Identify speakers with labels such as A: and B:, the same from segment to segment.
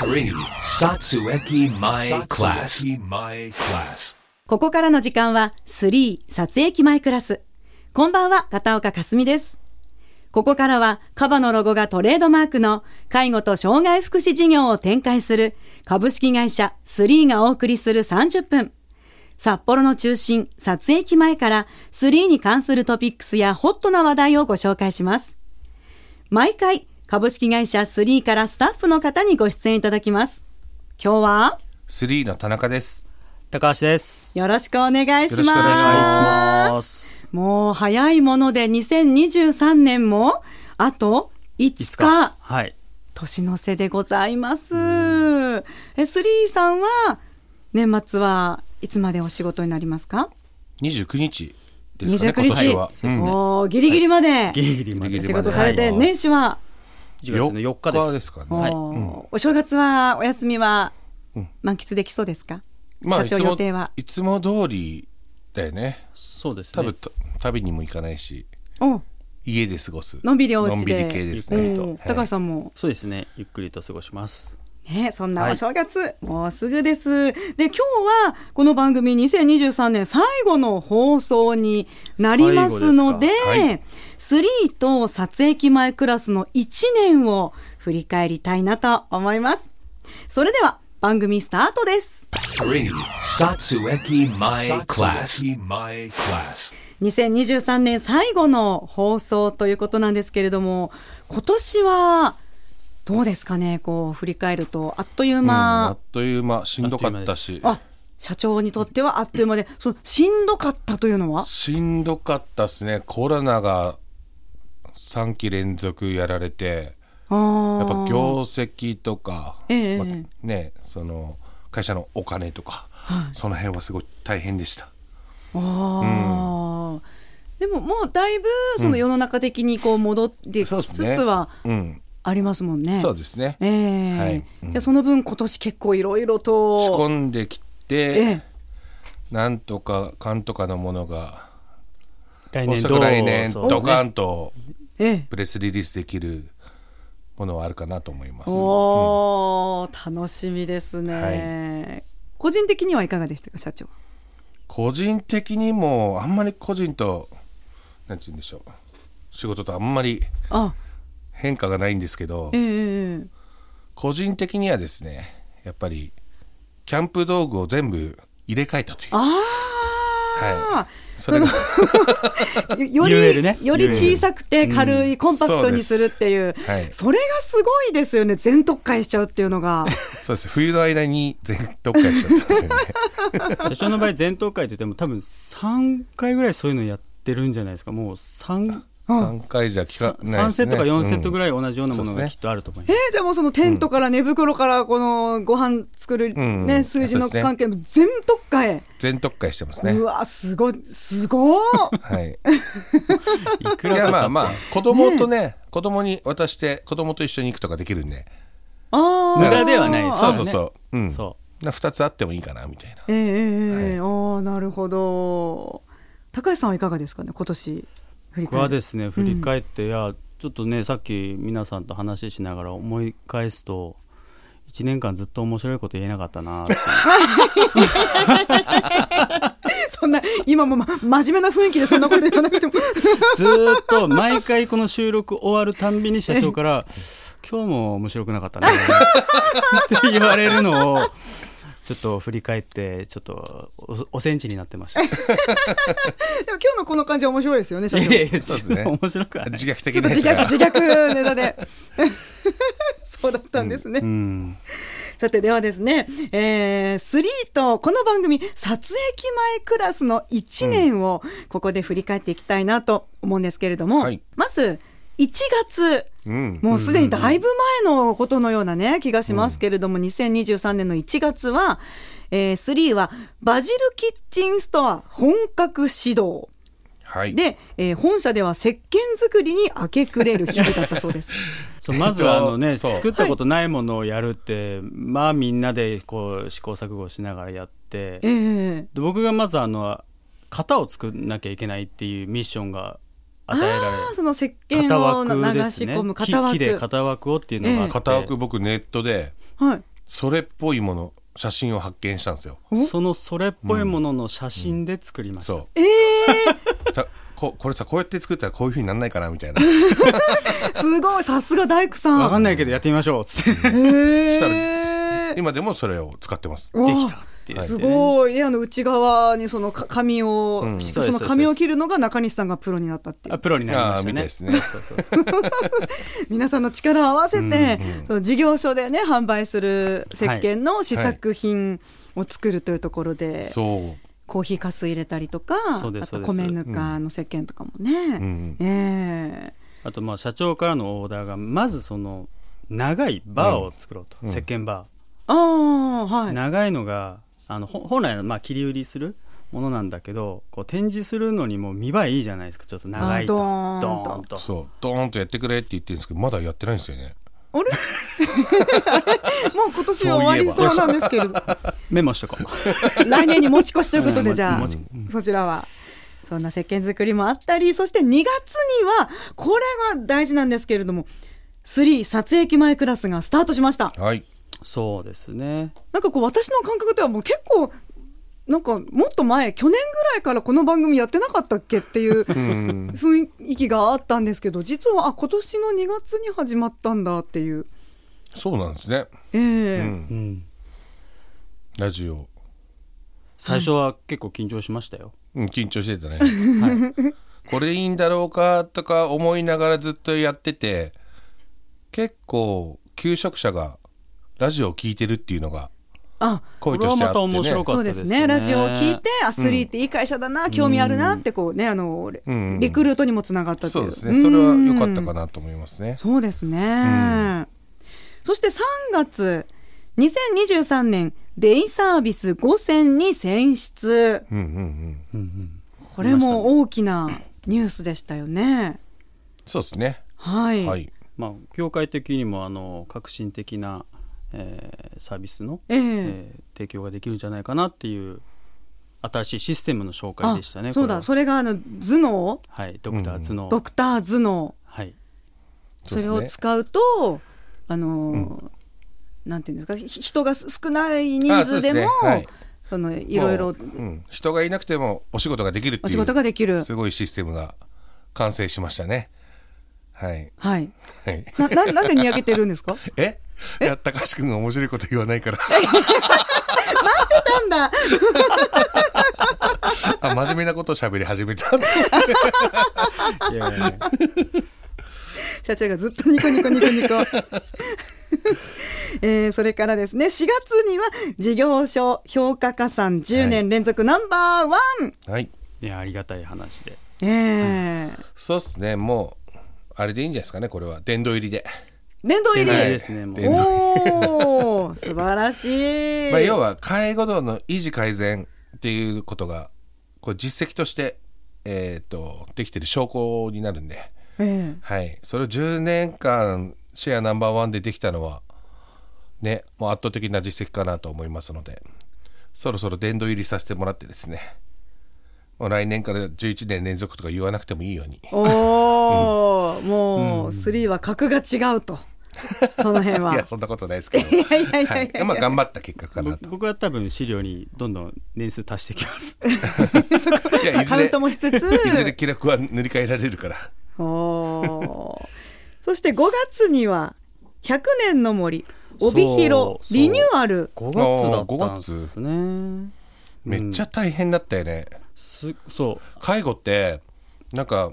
A: Three Satsueki My Class. My Class.
B: ここからの時間は3撮影機前クラス。こんばんは、片岡かすみです。ここからは、カバのロゴがトレードマークの介護と障害福祉事業を展開する株式会社3がお送りする30分。札幌の中心、撮影機前から3に関するトピックスやホットな話題をご紹介します。毎回、株式会社3からスタッフの方にご出演いただきます。今日は、
C: スリーの田中です。
D: 高橋です。
B: よろしくお願いします。
C: よろしくお願いします
D: す。
B: もう早いもので2023年もあと
D: い
B: 5
D: つ
B: 日
D: か。はい。
B: 年の瀬でございます。えスリーさんは年末はいつまでお仕事になりますか？
C: 二十九日で
B: 二
C: す
B: 十
C: か
B: 九
C: ね。今
B: 日、
C: 年は。うん
B: おーギリギリまで
D: ギリギリま
B: お
C: ギリ
D: で。
C: ギ
B: 仕
C: リまで
B: 事されて
D: はい
B: 年始は、
D: 1月の4日で
C: 四
D: す。
C: か
B: お
C: ね。
D: はい
B: ーお正月はお休みは
C: うん
B: 満喫できそうですか？
C: まあ
B: 社長
C: いつも
B: 予定はい
C: つも通りだよね。
D: そうです
C: 多
D: ね
C: 分。と旅にも行かないし、
B: お
C: 家で過ごす。
B: のんびりお家で
C: のんびり系です
B: う
C: ね。
B: ん
C: はい
B: 高橋さんも
D: そうですね。ゆっくりと過ごします。
B: ね、そんな
D: はい
B: お正月、もうすぐです。で、今日はこの番組2023年最後の放送になりますので、
C: 最後で
B: 3と撮影機前クラスの1年を振り返りたいなと思います。それでは番組スタートです。
A: Three Satsueki My Class. My Class.
B: 2023年最後の放送ということなんですけれども、今年はどうですかね、こう振り返ると、あっという
C: うん
B: 間。
C: あっという間しんどかったし、
B: あ社長にとってはあっという間で、そのしんどかったというのは、
C: しんどかったですね。コロナが三期連続やられて、
B: あー
C: やっぱ業績とか、
B: ええ
C: まあねその会社のお金とか、その辺はすごい大変でした。
B: あーでももうだいぶその世の中的にこう戻ってき
C: そう
B: つ
C: っすね
B: つは
C: うん、
B: ありますもんね。
C: そうですね。
B: ええ
C: はいうん
B: じゃあその分今年結構いろいろと
C: 仕込んでき
B: え
C: て
B: え、
C: なんとかかんとかのものが、
D: 来
C: おそらく来年ドカ
D: か
C: ンと
B: ええ
C: プレスリリースできるものはあるかなと思います。
B: おー楽しみですね、個人的にはいかがでしたか社長
C: 個人的にもあんまり個人となんて言うんでしょう、仕事とあんまり
B: あ
C: 変化がないんですけど
B: え、ええ
C: 個人的にはですね、やっぱりキャンプ道具を全部入れ替えたという。
B: ああ、
C: はい。それが
B: よよ
D: 言え
B: り、
D: るね
B: より小さくて軽いコンパクトにするっていう、
C: そうですはい
B: それがすごいですよね全特化しちゃうっていうの が
C: そうです。冬の間に全どっかしちゃったんです よね。
D: 社長の場合、全頭会といっても多分3回ぐらいそういうのやってるんじゃないですか。もう3、
C: 三回じゃ効かないですね。
D: 3セットか4セットぐ
C: い。
D: らい同じようなもの
C: そうで
D: が
C: すね
D: きっとあると思い
B: え
D: ます。
B: ーじゃあもうそのテントから寝袋からこのご飯作る、
C: ん
B: ね数字の
C: そうですね
B: 関係も全特化へ、
C: 全特化してますね
B: う。わすごいす ごい
C: はい。
D: いく
C: いや
D: ら
C: まあ
D: か
C: ま
D: か
C: あ子供とね子供に渡して子供と一緒に行くとかできるんで
B: あー
D: 無駄ではないです
C: そ
D: よ
C: うそう
D: ね
C: そう、うん、
D: そ
C: な2つあってもいいかなみたいな
B: えーえーえーあーなるほど高橋さんはいかがですかね今年振り
D: 僕
B: 返
D: は
B: る
D: ですね振り返って、いやちょっとねさっき皆さんと話ししながら思い返すと1年間ずっと面白いこと言えなかったなって
B: そんな今も、ま、真面目な雰囲気でそんなこと言わなくても
D: ずーっと毎回この収録終わるたんびに社長から「今日も面白くなかったね」 って言われるのをちょっと振り返ってちょっとおおセンチになって ましたい
B: でも今日のこの感じは面白いですよね社
D: や
B: 長
D: いやいや
C: そうですね
D: 面白くはない
C: 自虐的
B: ちょっと
C: なやつ
B: 自虐自
C: が
B: 虐ネタで そうだったんですね、
D: うん
B: さてではですね、えー、3とこの番組撮影機前クラスの1年をここで振り返っていきたいなと思うんですけれども、
C: はい
B: まず1月
C: うん
B: もうすでにだいぶ前のことのようなね気がしますけれども、2023年の1月は、えー、3はバジルキッチンストア本格指導
C: はい
B: で、えー本社では石鹸作りに明け暮れる日々だったそう です。
D: そうまずはあの
C: え
D: ね
C: っとそう
D: 作ったことないものをやるって、まあみんなでこう試行錯誤しながらやって
B: ええ
D: で僕がまずあの型を作んなきゃいけないっていうミッションが与えら
B: ああ、その石
D: れ
B: 鹸
D: 型
B: を
D: 枠
B: 流
D: です
B: し
D: ね
B: 込む
D: 木
B: 型枠。
D: 木で型枠をっていうのがあって
C: 片枠僕ネットで
B: はい。
C: それっぽいもの写真を発見したんですよ
D: そのそれっぽいものの写真で作りました、
C: そうええここれさこうやって作ったらこういうふうになんないかなみたいな
B: すごい、さすが大工さ
D: 分かん
B: ん。
D: ないけどやってみましょうつって
B: へ
C: した
B: え
C: ら今でもそれを使ってます
B: うわ
D: できたって言って
B: すごい。であの内側にそのか紙を、
C: うん
B: そ
D: そうです
B: の紙を切るのが中西さんがプロになったっていう
D: あ。プロになりま
C: あーみ
D: した
C: たい
D: ね
C: ですね
D: そうそうそう
B: 皆さんの力を合わせて、その事業所でね販売する石鹸の試作品を作るというところで、
C: そ
B: コーヒーかす入れたりとか
D: そうで
B: あ
D: すそ
B: と
D: うです
B: 米ぬかの石鹸とかもね、
C: ん
B: ええ
D: あとまあ社長からのオーダーがまずその長いバーを作ろうと、石鹸バ
B: ああ
D: ー、
B: はい
D: 長いのがあのほ本来のまあ切り売りするものなんだけどこう展示するのにも見栄えいいじゃないですかちょっと長いと
B: あードーンと
D: ドーンと
C: うそうドーンとやってくれって言ってるんですけどまだやってないんですよね
B: あれ もう今年は終わりそうなんですけれど
D: メモしとこ う
B: 来年に持ち越しということでじゃあ
D: 持ち
B: そちらはそんな石鹸作りもあったりそして2月にはこれが大事なんですけれども3撮影機前クラスがスタートしました
C: はい
D: そうですね
B: なんかこう私の感覚ではもう結構なんかもっと前去年ぐらいからこの番組やってなかったっけっていう雰囲気があったんですけど実はあ今年の2月に始まったんだっていう、
C: そうなんですね
B: ええ
D: うん
C: ラジオ、
D: 最初は結構緊張しましたよ、
C: うん、緊張してたね、これでいいんだろうかとか思いながらずっとやってて結構求職者がラジオを聞いてるっていうのが
B: あ
C: 声としてあって、ね、
D: これはまた面白かった
B: そうですねラジオを聞いてアスリートいい会社だな、興味あるなってこうねあのレ
C: うん
B: リクルートにもつながったとい
C: そうですねそれは良かった
B: うん
C: かなと思いますね
B: そうですね、そして3月2023年デイサービス5選に選出
C: うんうんうん
D: うんうん
B: これも大きなニュースでしたよね
C: そうですね
B: はい、
C: はい
D: まあ、業界的にもあの革新的な、えーサービスの、
B: ええ
D: えー提供ができるんじゃないかなっていう新しいシステムの紹介でしたね。
B: あそう
D: これは
B: だそれがあの頭脳
D: はい、ドクターズの、
B: ドクター頭脳
D: はい、
B: それ
C: そう
B: を
C: ですね
B: 使うとあのー、なんていうんですかひ人がす少ない人数でも
C: あそうですねはい
B: そのいろいろ
C: もううん人がいなくてもお仕事ができるっていう
B: お仕事ができる
C: すごいシステムが完成しましたねはい
B: はい
C: はい
B: なななんでにやけてるんです か
C: えいや高橋君が面白いこと言わないから
B: なんだ
C: あ真面目なことを喋り始めた
D: いやいやいや
B: 社長がずっとニコニコニコニ コ。えーそれからですね4月には事業所評価加算10年連続ナンバーワン、
C: はい
D: いやありがたい話で
B: えー
C: そうっすねもうあれでいいんじゃないですかねこれは殿堂入りで、
B: 殿堂入り、
D: 殿堂入りですねもう
C: 殿堂入り
B: おお素晴らしい、
C: まあ、要は介護度の維持改善っていうことがこれ実績として、えー、とできてる証拠になるんで、
B: え
C: はい、それを10年間シェアナンバーワンでできたのは、ね、もう圧倒的な実績かなと思いますのでそろそろ殿堂入りさせてもらってですねもう来年から11年連続とか言わなくてもいいように
B: えおお、もう3は格が違うとその辺 は
C: いやそんなことないですけど
B: いやいやいや
C: はいい
B: や、
C: まあ頑張った結果かな
D: 僕
C: と
D: 僕は多分資料にどんどん年数足していき ます。
B: そこ
C: いやいずれ
B: カウントもしつつ
C: いずれ記録は塗り替えられるから
B: おーそして5月には100年の森帯広
D: そう
B: リニューアル
D: 5月だったんですね。
C: めっちゃ大変だったよね、
D: すそ
C: 介護ってなんか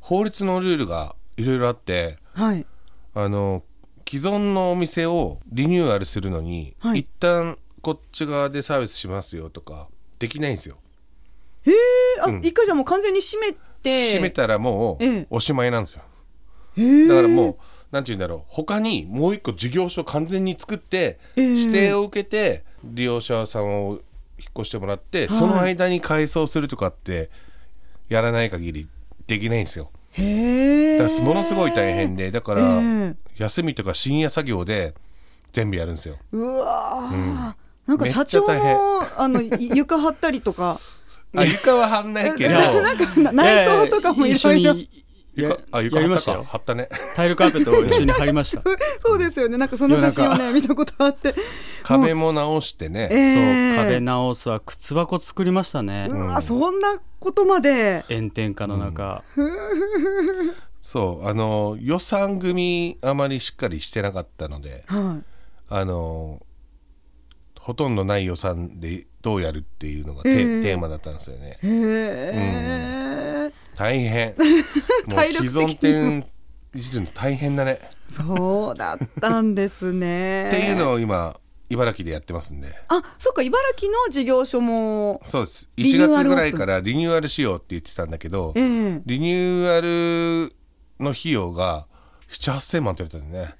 C: 法律のルールがいろいろあって
B: はい
C: あの既存のお店をリニューアルするのに、
B: はい
C: 一旦こっち側でサービスしますよとかできないんですよ、
B: へえあ、一回じゃあもう完全に閉めて
C: 閉めたらも
B: ええ
C: うおしまいなんですよ、
B: へ
C: だからもうなんて言うんだろう他にもう一個事業所完全に作って、指定を受けて利用者さんを引っ越してもらって、その間に改装するとかってやらない限りできないんですよ
B: えへえ
C: だからものすごい大変でだから、
B: え
C: 休みとか深夜作業で全部やるんですよ
B: うわー、なんか
C: めっち
B: 社
C: ゃ
B: 長
C: 大
B: も
C: 変
B: あのい 床張ったりとか
C: あ床は張んないけど
B: ななんかな内装とかもいろい
D: や
B: ろ
D: 一緒に
C: 床
D: や
C: あ床
D: やり
C: 張
D: ま
C: っ
D: した
C: たか
D: よ
C: 張ったね
D: タイルカーペットを一緒に貼りましたそう
B: そうですよね。なんかその写真を
D: いや
B: ね、見たことあって。
C: 壁も直し て
B: え
C: ね
B: え
D: 壁直すは靴箱作りましたね、
B: うわ、そんなことまで。
D: 炎天下の中、
C: そうあの予算組あまりしっかりしてなかったので
B: は
C: あのほとんどない予算でどうやるっていうのがテ,、
B: ええ
C: テーマだったんですよね
B: い。へえ。
C: 大変もう
B: 体
C: 既
B: 力的にも
C: 存店いじるの大変だね、
B: そうだったんですね。
C: っていうのを今茨城でやってますんで
B: あ、そっか、茨城の事業所も。
C: そうです
B: リニューア
C: 1
B: ル
C: 月ぐらいからリニューアルしようって言ってたんだけど、
B: ええ
C: リニューアルの費用が78000万取れたんだよね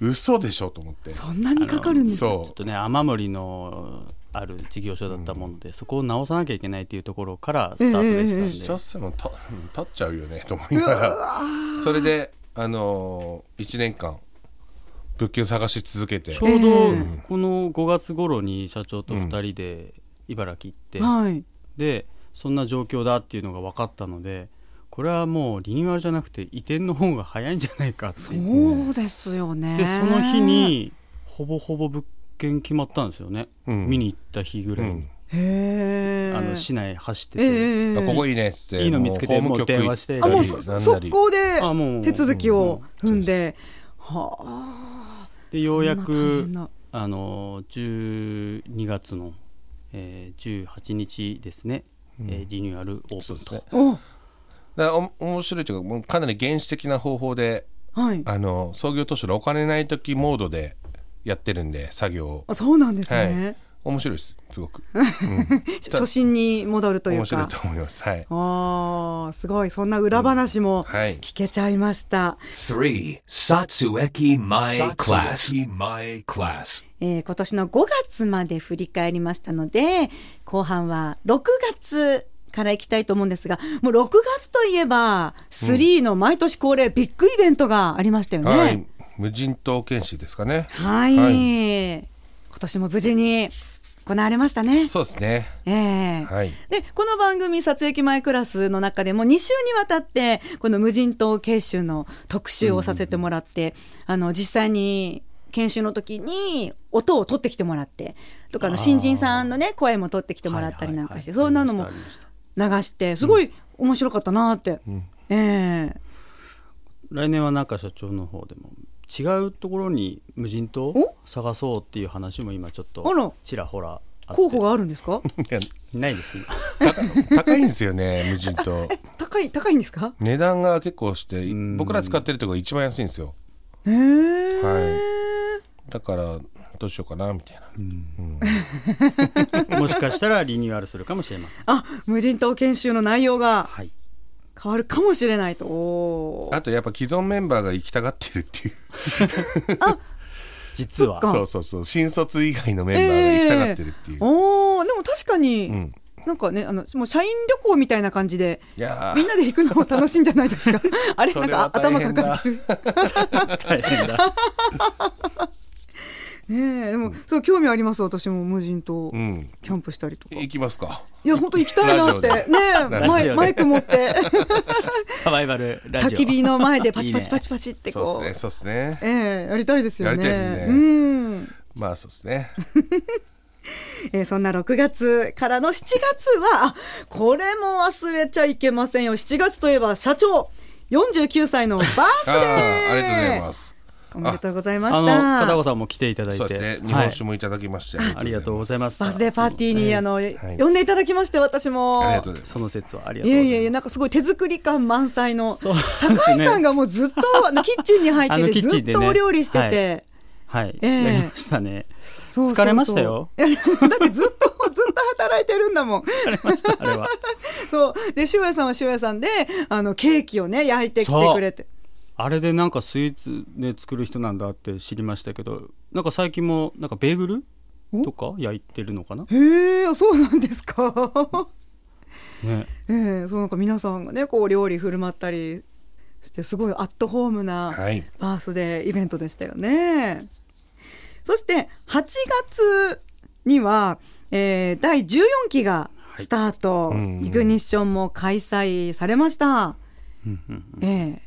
C: 嘘でしょと思って
B: そんなにかかるんですか。
C: そ
D: ちょっとね雨漏りのある事業所だったもので、そこを直さなきゃいけないというところからスタートでしたんで、
C: シャッセもた 立っちゃうよねと思いながらそれで、あのー、1年間物件探し続けて
D: ちょうどこの5月頃に社長と2人で茨城行って、
B: はい。
D: でそんな状況だっていうのが分かったのでこれはもうリニューアルじゃなくて移転の方が早いんじゃないかっていう
B: そうですよね。
D: でその日。にほぼほぼ物件決まったんですよね、
C: うん
D: 見に行った日ぐらいに、
B: へえ。
D: あの市内走って
B: ええ
D: て、
B: ええ
C: あここいいねっつって
D: いいの見つけて
C: もう
D: もう電話して
B: あ
C: 法
B: もう
C: 務
B: そ
C: 局行った
B: 速攻で
C: りなんなり
D: あもう
B: 手続きを踏んで、はあ、
D: でようや
B: そんな大
D: く
B: 変な
D: あの12月の、えー18日ですね、えーリニューアルオープンと、
B: お
C: だからお面白いというかもうかなり原始的な方法で
B: はい
C: あの創業当初のお金ない時モードでやってるんで作業を
B: あそうなんです
C: はい
B: ね、
C: 面白いですすごく
B: し初心に戻るという
C: 面白い
B: か
C: と思いますはい
B: ああすごいそんな裏話も
C: はい
B: 聞けちゃいました、
A: 3. Satsueki My Class. My Class.
B: えー今年の5月まで振り返りましたので後半は6月からいきたいと思うんですがもう6月といえば3の毎年恒例ビッグイベントがありましたよね、
C: はい無人島研修ですかね
B: はい、
C: はい
B: 今年も無事に行われましたね。
C: そうですね
B: ええ
C: はい
B: でこの番組「撮影前クラス」の中でも2週にわたってこの無人島研修の特集をさせてもらって、あの実際に研修の時に音を取ってきてもらってとかあの
D: あー
B: 新人さんのね声も取ってきてもらったりなんかして、そんなのも
D: ありましたありました
B: 流してすごい面白かったなって、ええ
D: 来年はなんか社長の方でも違うところに無人島
B: お
D: を探そうっていう話も今ちょっ
B: あら
D: とちらほらあって
B: 候補があるんですか
C: いや
D: ないです今
C: 高高いんですよね無人島
B: え高い高いんですか
C: 値段が結構して僕ら使ってるとこが一番安いんですよ
B: ええ
C: だからどうしようかなみたいな
D: もしかしたらリニューアルするかもしれません
B: あ無人島研修の内容が
D: はい
B: 変わるかもしれないとおー
C: あとやっぱ既存メンバーが行きたがってるっていう
D: 実は
B: そっか
C: そうそうそう新卒以外のメンバーが行きたがってるっていう、
B: おーでも確かに、
C: ん
B: なんかねあのもう社員旅行みたいな感じで
C: いやー
B: みんなで行くのも楽しいんじゃないです かあれ
C: そ
B: なん
C: れ
B: か
C: は
B: 頭
C: 大
B: が
C: 変だ
B: かってる
D: 大変だ
B: ねえでも、そう興味あります私も無人島、
C: うん
B: キャンプしたりとかい
C: 行きますか
B: や本当行きたいなって
C: ラ
B: ねえ
C: ジ
B: マ
D: ラジオ
B: イ
D: で
B: マイク持って
D: サバイバルラ
B: 焚
D: ジオ
B: き火の前でパチパチパ
D: チ
B: チパチって
C: そう
B: こう
C: ですねそうです ね
B: ええやりたいですよね
C: やりたいですね
B: うん
C: まあそうですね
B: えーそんな6月からの7月はあこれも忘れちゃいけませんよ7月といえば社長49歳のバースデ
C: あ
B: ー
C: あありがとうございます
B: おめでとうございま
D: あ
B: し
D: の
B: た
D: 片岡さんも来ていただいて
C: そうですね日
D: は
C: 本
D: い
C: 酒もいただきまして、
D: ありがとうございます
B: バースデーパーティーに、あの、
C: い
B: 呼んでいただきまして私も
C: ありがとうございます
D: その説はありが
B: い
D: とう
B: や
D: ございます
B: いやいやなんかすごい手作り感満載の、
D: そうですね
B: 高橋さんがもうずっとあのキッチンに入っ
D: あの
B: て
D: キ
B: てず
D: ッチ
B: っ
D: ンでね
B: とお料理してて、
D: はい、
B: ええ
D: やりましたね
B: そうそうそう
D: 疲れましたよ
B: いやだってずっとずっと働いてるんだもん
D: 疲れ ましたあれは
B: そうで塩屋さんは塩屋さんであのケーキをね焼いてきてくれて
D: あれでなんかスイーツね作る人なんだって知りましたけどなんか最近もなんかベーグルとか焼いてるのかな、
B: へえあそうなんですか
D: ね、
B: ええそうなんか皆さんがねこう料理振る舞ったりしてすごいアットホームな
C: はい
B: バースデーイベントでしたよね、そして8月には、えー第14期がスタート、
C: うん
B: イグニッションも開催されましたええ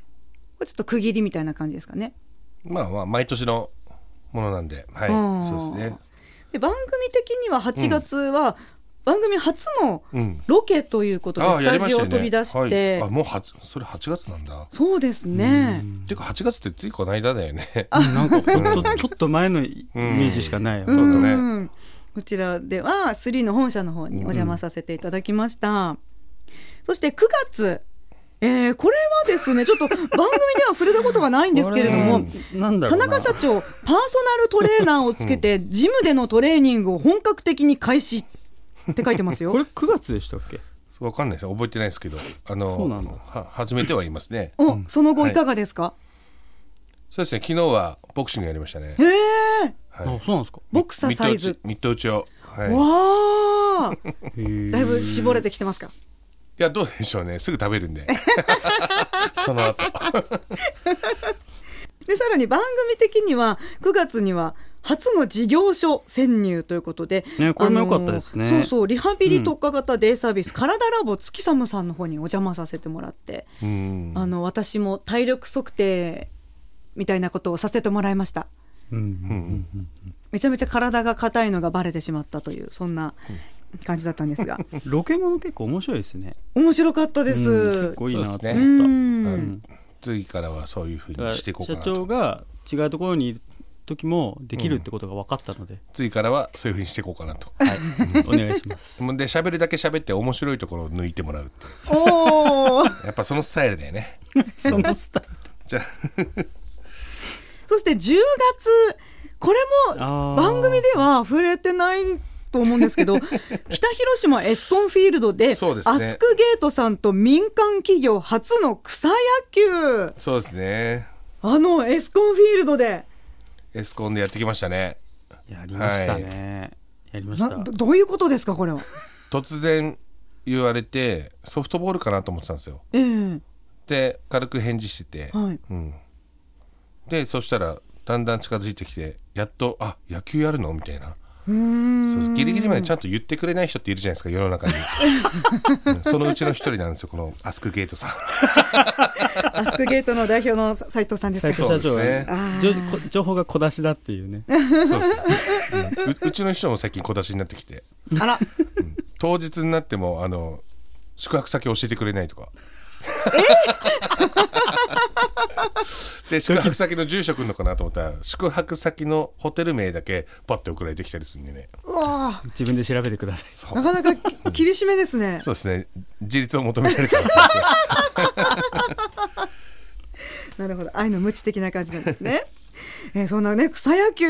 B: これちょっと区切りみたいな感じですかね。
C: まあまあ毎年のものなんではい
B: うん
C: そうですね
B: で番組的には8月は番組初の
C: うん
B: ロケということで、
C: ああ
B: ス
C: やり
B: タ
C: ま
B: ジ
C: し
B: オを
C: たよね
B: 飛び出して、
C: はいあもうはそれ8月なんだ
B: そうですね。
C: ていうか8月ってついこの間だ よね
D: なんかほんとちょっと前のイメージしかないよ、
C: うんそうだね
B: んこちらでは3の本社の方にお邪魔させていただきました、そして9月えーこれはですねちょっと番組では触れたことがないんですけれど
D: う
B: も
D: んなんだろ
B: 田
D: うな
B: 中社長パーソナルトレーナーをつけてジムでのトレーニングを本格的に開始って書いて ますよ。
D: これ9月でしたっけ
C: そう わかんないです覚えてないですけどあの
D: そうなんだ
C: は始めてはいますね
B: おその後いかがですか、
C: そうですね昨日はボクシングやりましたね
B: へえ
C: はい
D: あそうなんですか
B: ボクササイズ
C: ミット打ちミット打ちを、はい、い
B: わあだ
D: だ
B: いぶ絞れてきてますか
C: やどうでしょうねすぐ食べ るんでその後
B: でさらに番組的には9月には初の事業所潜入ということで、
D: ねこれも
B: あの
D: 良かったですね
B: そうそうリハビリ特化型デイサービス、体ラボ月寒さんの方にお邪魔させてもらって、
C: うん
B: あの私も体力測定みたいなことをさせてもらいました
D: うんうん
B: めちゃめちゃ体が硬いのがバレてしまったというそんな感じだったんですが
D: うんロケもの結構面白いですね
B: 面白かったです、
D: うん結構いいなと思っ
C: そう
D: た
B: う
C: で
B: ん
C: 次からはそういうふう
D: だから
C: にしていこうか
D: 社
C: なと
D: 長が違うところにいる時もできるってことが分かったので、
C: 次からはそういうふうにしていこうかなと
D: はいお願いします
C: で喋るだけ喋って面白いところを抜いてもらうってい
B: おー
C: うやっぱそのスタイルだよね
D: そのスタイ
C: じゃあ
B: そして10月これも
D: あー
B: 番組では触れてないと思うんです けど北広島エスコンフィールドで
C: そうですね
B: アスクゲートさんと民間企業初の草野球
C: そうですね
B: あのエスコンフィールドで
C: エスコンでやってきましたね
D: ルやりましたね、やりまし
B: な
D: た
B: どどういうことですか これは。
C: 突然言われてソフトボールかなと思ってたんですよ
B: ええ
C: で軽く返事してて、
B: はい
C: うん、でそしたらだんだん近づいてきてやっと「あ野球やるの?」みたいなそうギリギリまでちゃんと言ってくれない人っているじゃないですか世の 中に、うんそのうちの一人なんですよこのアスクゲートさん
B: アスクゲートの代表の斉藤さんです
D: 斉
B: か
D: 藤社長
C: そう
D: は
C: ですね
D: じょこ情報が小出しだっていうね
C: そうですうんううちの秘書も最近小出しになってきて
B: あら
C: 当日になってもあの宿泊先教えてくれないとか。で宿泊先の住所来んのかなと思ったら宿泊先のホテル名だけパッて送られてきたりするんでね
B: うわ
D: 自分で調べてくださ
B: ーなかなか き厳しめですね。
C: そうですね自立を求められてますね
B: なるほど愛の無知的な感じなんですね。 えーそんなね草野球えそ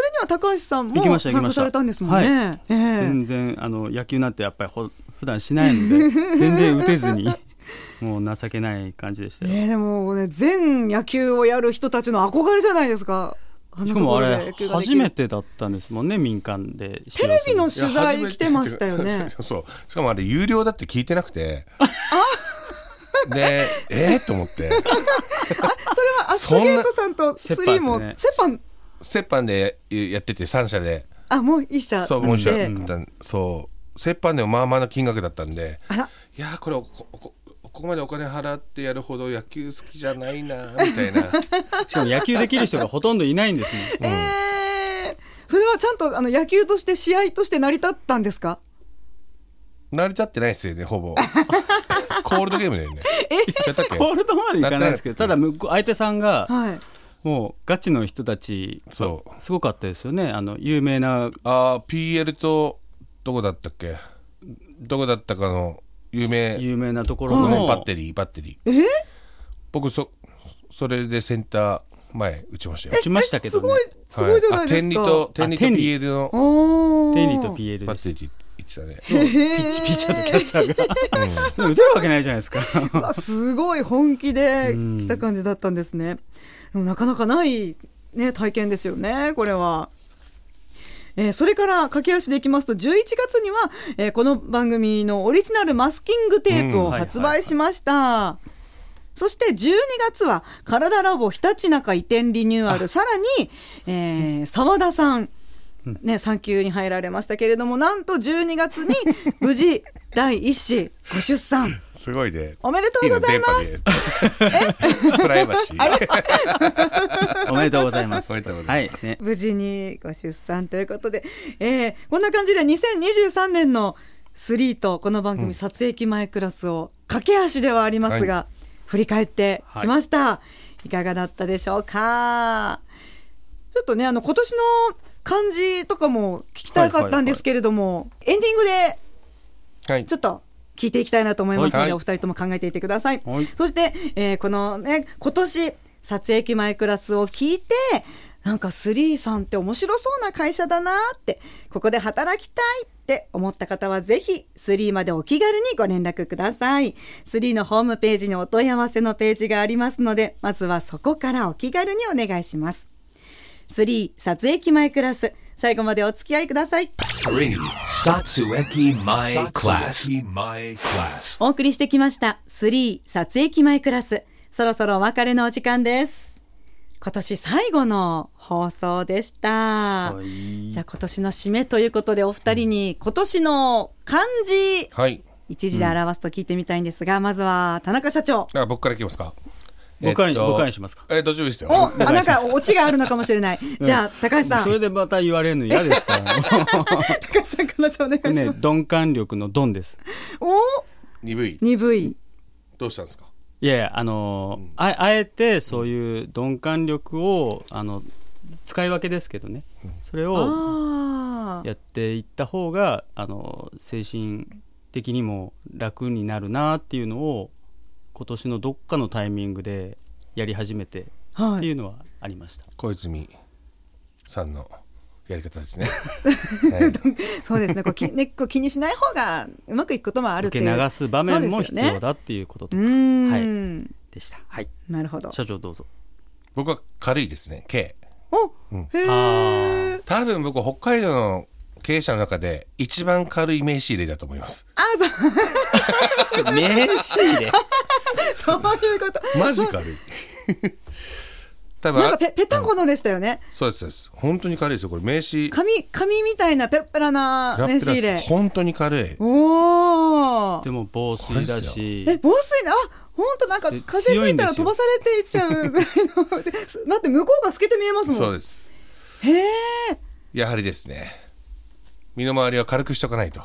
B: れには高橋さんも
D: 行きました
B: 参
D: 行
B: 加
D: きました
B: されたんですもんね。
D: は
B: え
D: い
B: え
D: 全然あの野球なんてやっぱりほ普段しないの で全然打てずにもう情けない感じでしたよ、
B: えーでもね全野球をやる人たちの憧れじゃないですか。あの
D: しかもあ
B: ところで
D: れ
B: 野球ができ
D: 初
B: る
D: めてだったんですもんね民間で
B: テレビの
D: 使用する
B: 取材来てましたよ
C: いや初め
B: ね
C: て。そうし かもあれ有料だって聞いてなくてでえー、と思って
B: それはアスクゲートさんとス
D: そんな
B: リーも折
D: 折半で
B: 半
C: 折半でやってて3社で
B: あもう一社
C: そうもう一社、
B: で
C: そう折半でもまあまあの金額だったんで
B: あら
C: いやーこれおこおこここまでお金払ってやるほど野球好きじゃないなーみたいな
D: しかも野球できる人がほとんどいないんです もん
B: えーそれはちゃんとあの野球として試合として成り立ったんですか。
C: 成り立ってないですよねほぼコールドゲームだよねやったっけ
D: コールドまでいかないですけど
C: な
D: た
C: ってな
D: だ
C: い
D: 向こう相手さんが
B: はい。
D: もうガチの人たち
C: そう
D: すごかったですよねあの有名な
C: あー PL とどこだったっけどこだったかの有名
D: 有名なところ
C: の
D: の
C: バッテリーバッテリー僕そそれでセンター前打ちましたよ
D: 打ちましたけ
B: す
D: どね
B: ごいすごいじゃないですか。
C: 天理と天理と
D: あ天理
C: PL の
B: おー
D: 天理と PL
C: バ
D: で
C: ッテ
D: す
C: リー行ってたね
D: ピッチピッチャーとキャッチャーが でも打てるわけないじゃないですか
B: あすごい本気で来た感じだったんですね。でもなかなかない、ね、体験ですよね、これは。えーそれから駆け足でいきますと11月には、えーこの番組のオリジナルマスキングテープ
C: う
B: を
D: んはい
B: 発売しました、そして12月は「体ラボひたちなか移転リニューアル」さらに澤、えー沢田さんね、産休に入られましたけれどもなんと12月に無事第一子ご出産
C: すごいね
B: おめでとうございます
C: の電波でプライバシー
D: おめでとうございます。
C: おめでとうございます
D: はい、ね、
B: 無事にご出産ということで、えーこんな感じで2023年の3とこの番組「撮影前クラス」を駆け足ではありますが、
C: は
B: 振り返ってきました、い、かがだったでしょうかちょっとねあの今年の漢字とかも聞きたかったんですけれども、エンディングで
C: はい
B: ちょっと聞いていきたいなと思いますので、
C: はい
B: お二人とも考えていてください。
D: はい
B: そして、えーこのね今年撮影機前クラスを聞いてなんかスリーさんって面白そうな会社だなってここで働きたいって思った方はぜひスリーまでお気軽にご連絡くださいスリーのホームページにお問い合わせのページがありますのでまずはそこからお気軽にお願いしますスリー撮影機前クラス最後までお付き合いください
A: Three. Satsueki My Class.
E: Satsuki My Class.
B: お送りしてきました3撮影機前クラスそろそろお別れのお時間です今年最後の放送でした、
D: はい
B: じゃあ今年の締めということでお二人に今年の漢字
C: はい
B: 一字で表すと聞いてみたいんですが、まずは田中社長
C: あ僕からいきますか
D: 僕からに
C: えっと
D: 僕からにしますか
C: えー大丈夫ですよ
B: おあなんかオチがあるのかもしれないじゃあ高橋さん
D: それ
B: 高
D: でまた言われるの嫌ですから ね
B: 橋さんからじゃあお願いします、
D: ね鈍感力の鈍です
B: お
C: 鈍い
B: 鈍い
C: どうしたんですか
D: いやいやあのーああえてそういう鈍感力をあの使い分けですけどねそれを
B: あー
D: やっていった方があの精神的にも楽になるなっていうのを今年のどっかのタイミングでやり始めてっ
B: は
D: てい
B: いう
D: のはありました、
C: 小泉さんのやり方 ですね、はい
B: そうですねこうきねこう気にしない方がうまくいくこともあるって
D: 受
B: いう
D: け流す場面も必
B: そうですよ
D: 要
B: ね
D: だっていうことと
B: う
D: か、
B: ー
D: はい
B: ん、
D: でしたはい
B: なるほど。
D: 社長どうぞ
C: 僕は軽いですね K
B: お、へ
D: あ
B: え。
C: 多分僕北海道の経営者の中で一番軽い名刺入れだと思 います
B: あ、
D: 名刺入 れ
B: そう、そういうこと。
C: マジ 軽い多分
B: なんか
C: あ
B: ペペタンコのでしたよね。
C: そうですそうです本当に軽いですよこれ名刺
B: 紙、紙みたいなペラペラな
C: ラ
B: 名
C: ップ
B: 刺
C: ラ
B: 入れ
C: ス。本当に軽い
B: おお
D: で。も防水だし
B: え、防水な、あ、本当なんか
D: え
B: 風吹いたら飛
D: 強いんですよ
B: ばされていっちゃうぐらいの。でだ って向こうが透けて見えますもん。
C: そうです
B: へえ。
C: やはりですね身の回りは軽くしとかないと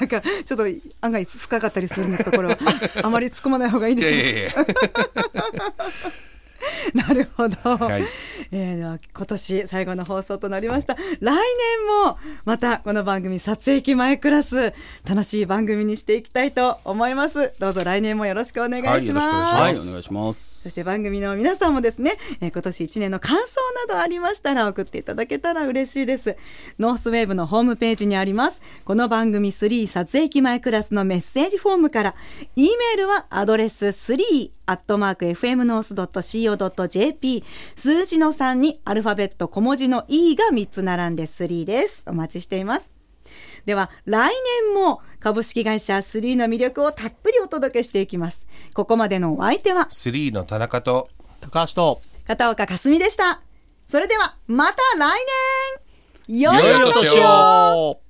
B: なんかちょっと案外深かったりするんですかこ れは。あまり突っ込まない方がいいで
C: いや
B: し
C: い
B: ょうか
C: や。いや
B: なるほど、
C: はい
B: えーでは今年最後の放送となりました来年もまたこの番組撮影機前クラス楽しい番組にしていきたいと思いますどうぞ来年もよろしくお願いします、
C: は
D: はい
C: お願い
D: いお願い
C: し
D: しま
B: そ
D: す
B: して番組の皆さんもですね、えー今年1年の感想などありましたら送っていただけたら嬉しいですノースウェーブのホームページにありますこの番組3撮影機前クラスのメッセージフォームから E メールはアドレス3アットマーク FMNORTH.CO.JP 数字の3にアルファベット小文字の E が3つ並んで3ですお待ちしていますでは来年も株式会社3の魅力をたっぷりお届けしていきますここまでのお相手は
C: 3の田中と
D: 高橋と
B: 片岡かすみでしたそれではまた来年良
C: 良い
B: い
C: お
B: お
C: 年
B: 年
C: を
B: を
D: よ